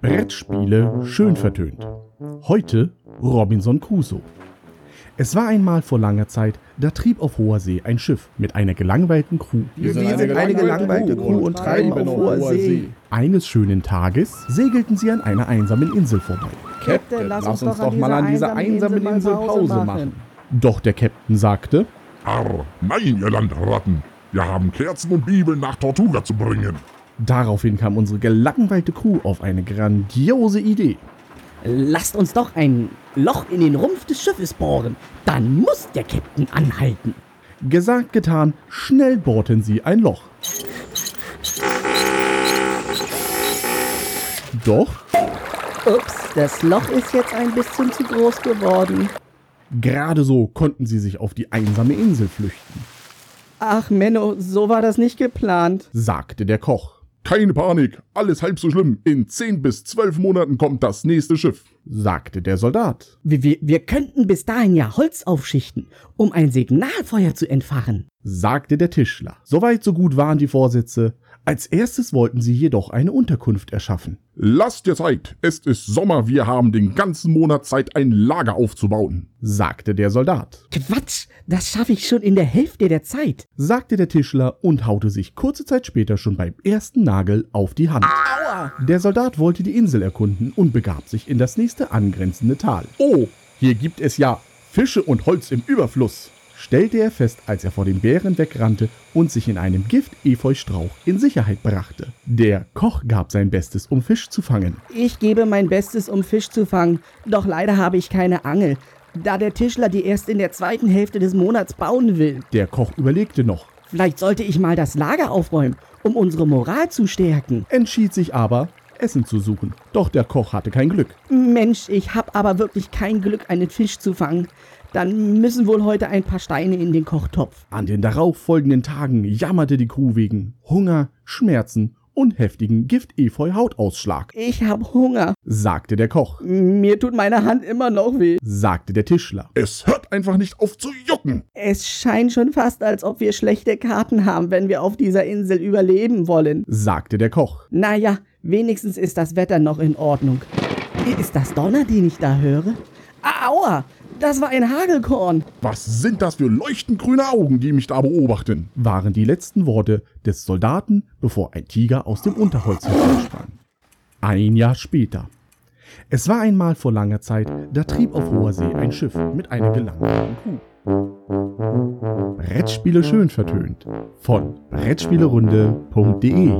Brettspiele schön vertönt. Heute Robinson Crusoe. Es war einmal vor langer Zeit, da trieb auf hoher See ein Schiff mit einer gelangweilten Crew. Wir sind eine gelangweilte Crew und treiben auf hoher See. Eines schönen Tages segelten sie an einer einsamen Insel vorbei. Captain, lass uns doch mal an dieser einsamen Insel Pause machen. Doch der Captain sagte, Arr, nein, ihr Landratten. Wir haben Kerzen und Um Bibeln nach Tortuga zu bringen. daraufhin kam unsere gelangweilte Crew auf eine grandiose Idee. Lasst uns doch ein Loch in den Rumpf des Schiffes bohren. Dann muss der Captain anhalten. Gesagt, getan, schnell bohrten sie ein Loch. Doch, Ups, das Loch ist jetzt ein bisschen zu groß geworden. gerade so konnten sie sich auf die einsame Insel flüchten, Ach, Menno, so war das nicht geplant. sagte der Koch. Keine Panik, alles halb so schlimm. In 10 bis 12 Monaten kommt das nächste Schiff. sagte der Soldat. Wir, wir, wir könnten bis dahin ja Holz aufschichten, um ein Signalfeuer zu entfachen. sagte der Tischler. Soweit so gut waren die Vorsätze. Als erstes wollten sie jedoch eine Unterkunft erschaffen. Lasst ihr Zeit, es ist Sommer, wir haben den ganzen Monat Zeit, ein Lager aufzubauen. sagte der Soldat. Quatsch, das schaffe ich schon in der Hälfte der Zeit. sagte der Tischler und haute sich kurze Zeit später schon beim ersten Nagel auf die Hand. Der Soldat wollte die Insel erkunden und begab sich in das nächste angrenzende Tal. Oh, hier gibt es ja Fische und Holz im Überfluss, stellte er fest, als er vor den Bären wegrannte und sich in einem Gift-Efeu-Strauch in Sicherheit brachte. Der Koch gab sein Bestes, um Fisch zu fangen. Ich gebe mein Bestes, um Fisch zu fangen, doch leider habe ich keine Angel, da der Tischler die erst in der zweiten Hälfte des Monats bauen will. Der Koch überlegte noch, Vielleicht sollte ich mal das Lager aufräumen, um unsere Moral zu stärken. entschied sich aber, Essen zu suchen. Doch der Koch hatte kein Glück. Mensch, ich hab aber wirklich kein Glück, einen Fisch zu fangen. Dann müssen wohl heute ein paar Steine in den Kochtopf. An den darauffolgenden Tagen jammerte die Crew wegen Hunger, Schmerzen und heftigen Gift-Efeu-Hautausschlag, Ich hab Hunger. sagte der Koch, Mir tut meine Hand immer noch weh. sagte der Tischler, Es hört einfach nicht auf zu jucken. Es scheint schon fast, als ob wir schlechte Karten haben, wenn wir auf dieser Insel überleben wollen. sagte der Koch, Naja, wenigstens ist das Wetter noch in Ordnung. Ist das Donner, den ich da höre? Aua! Das war ein Hagelkorn. Was sind das für leuchtend grüne Augen, die mich da beobachten? waren die letzten Worte des Soldaten, bevor ein Tiger aus dem Unterholz hervorsprang. Ein Jahr später. Es war einmal vor langer Zeit, da trieb auf hoher See ein Schiff mit einer gelangweilten Kuh. Brettspiele schön vertönt von E. brettspielerunde.de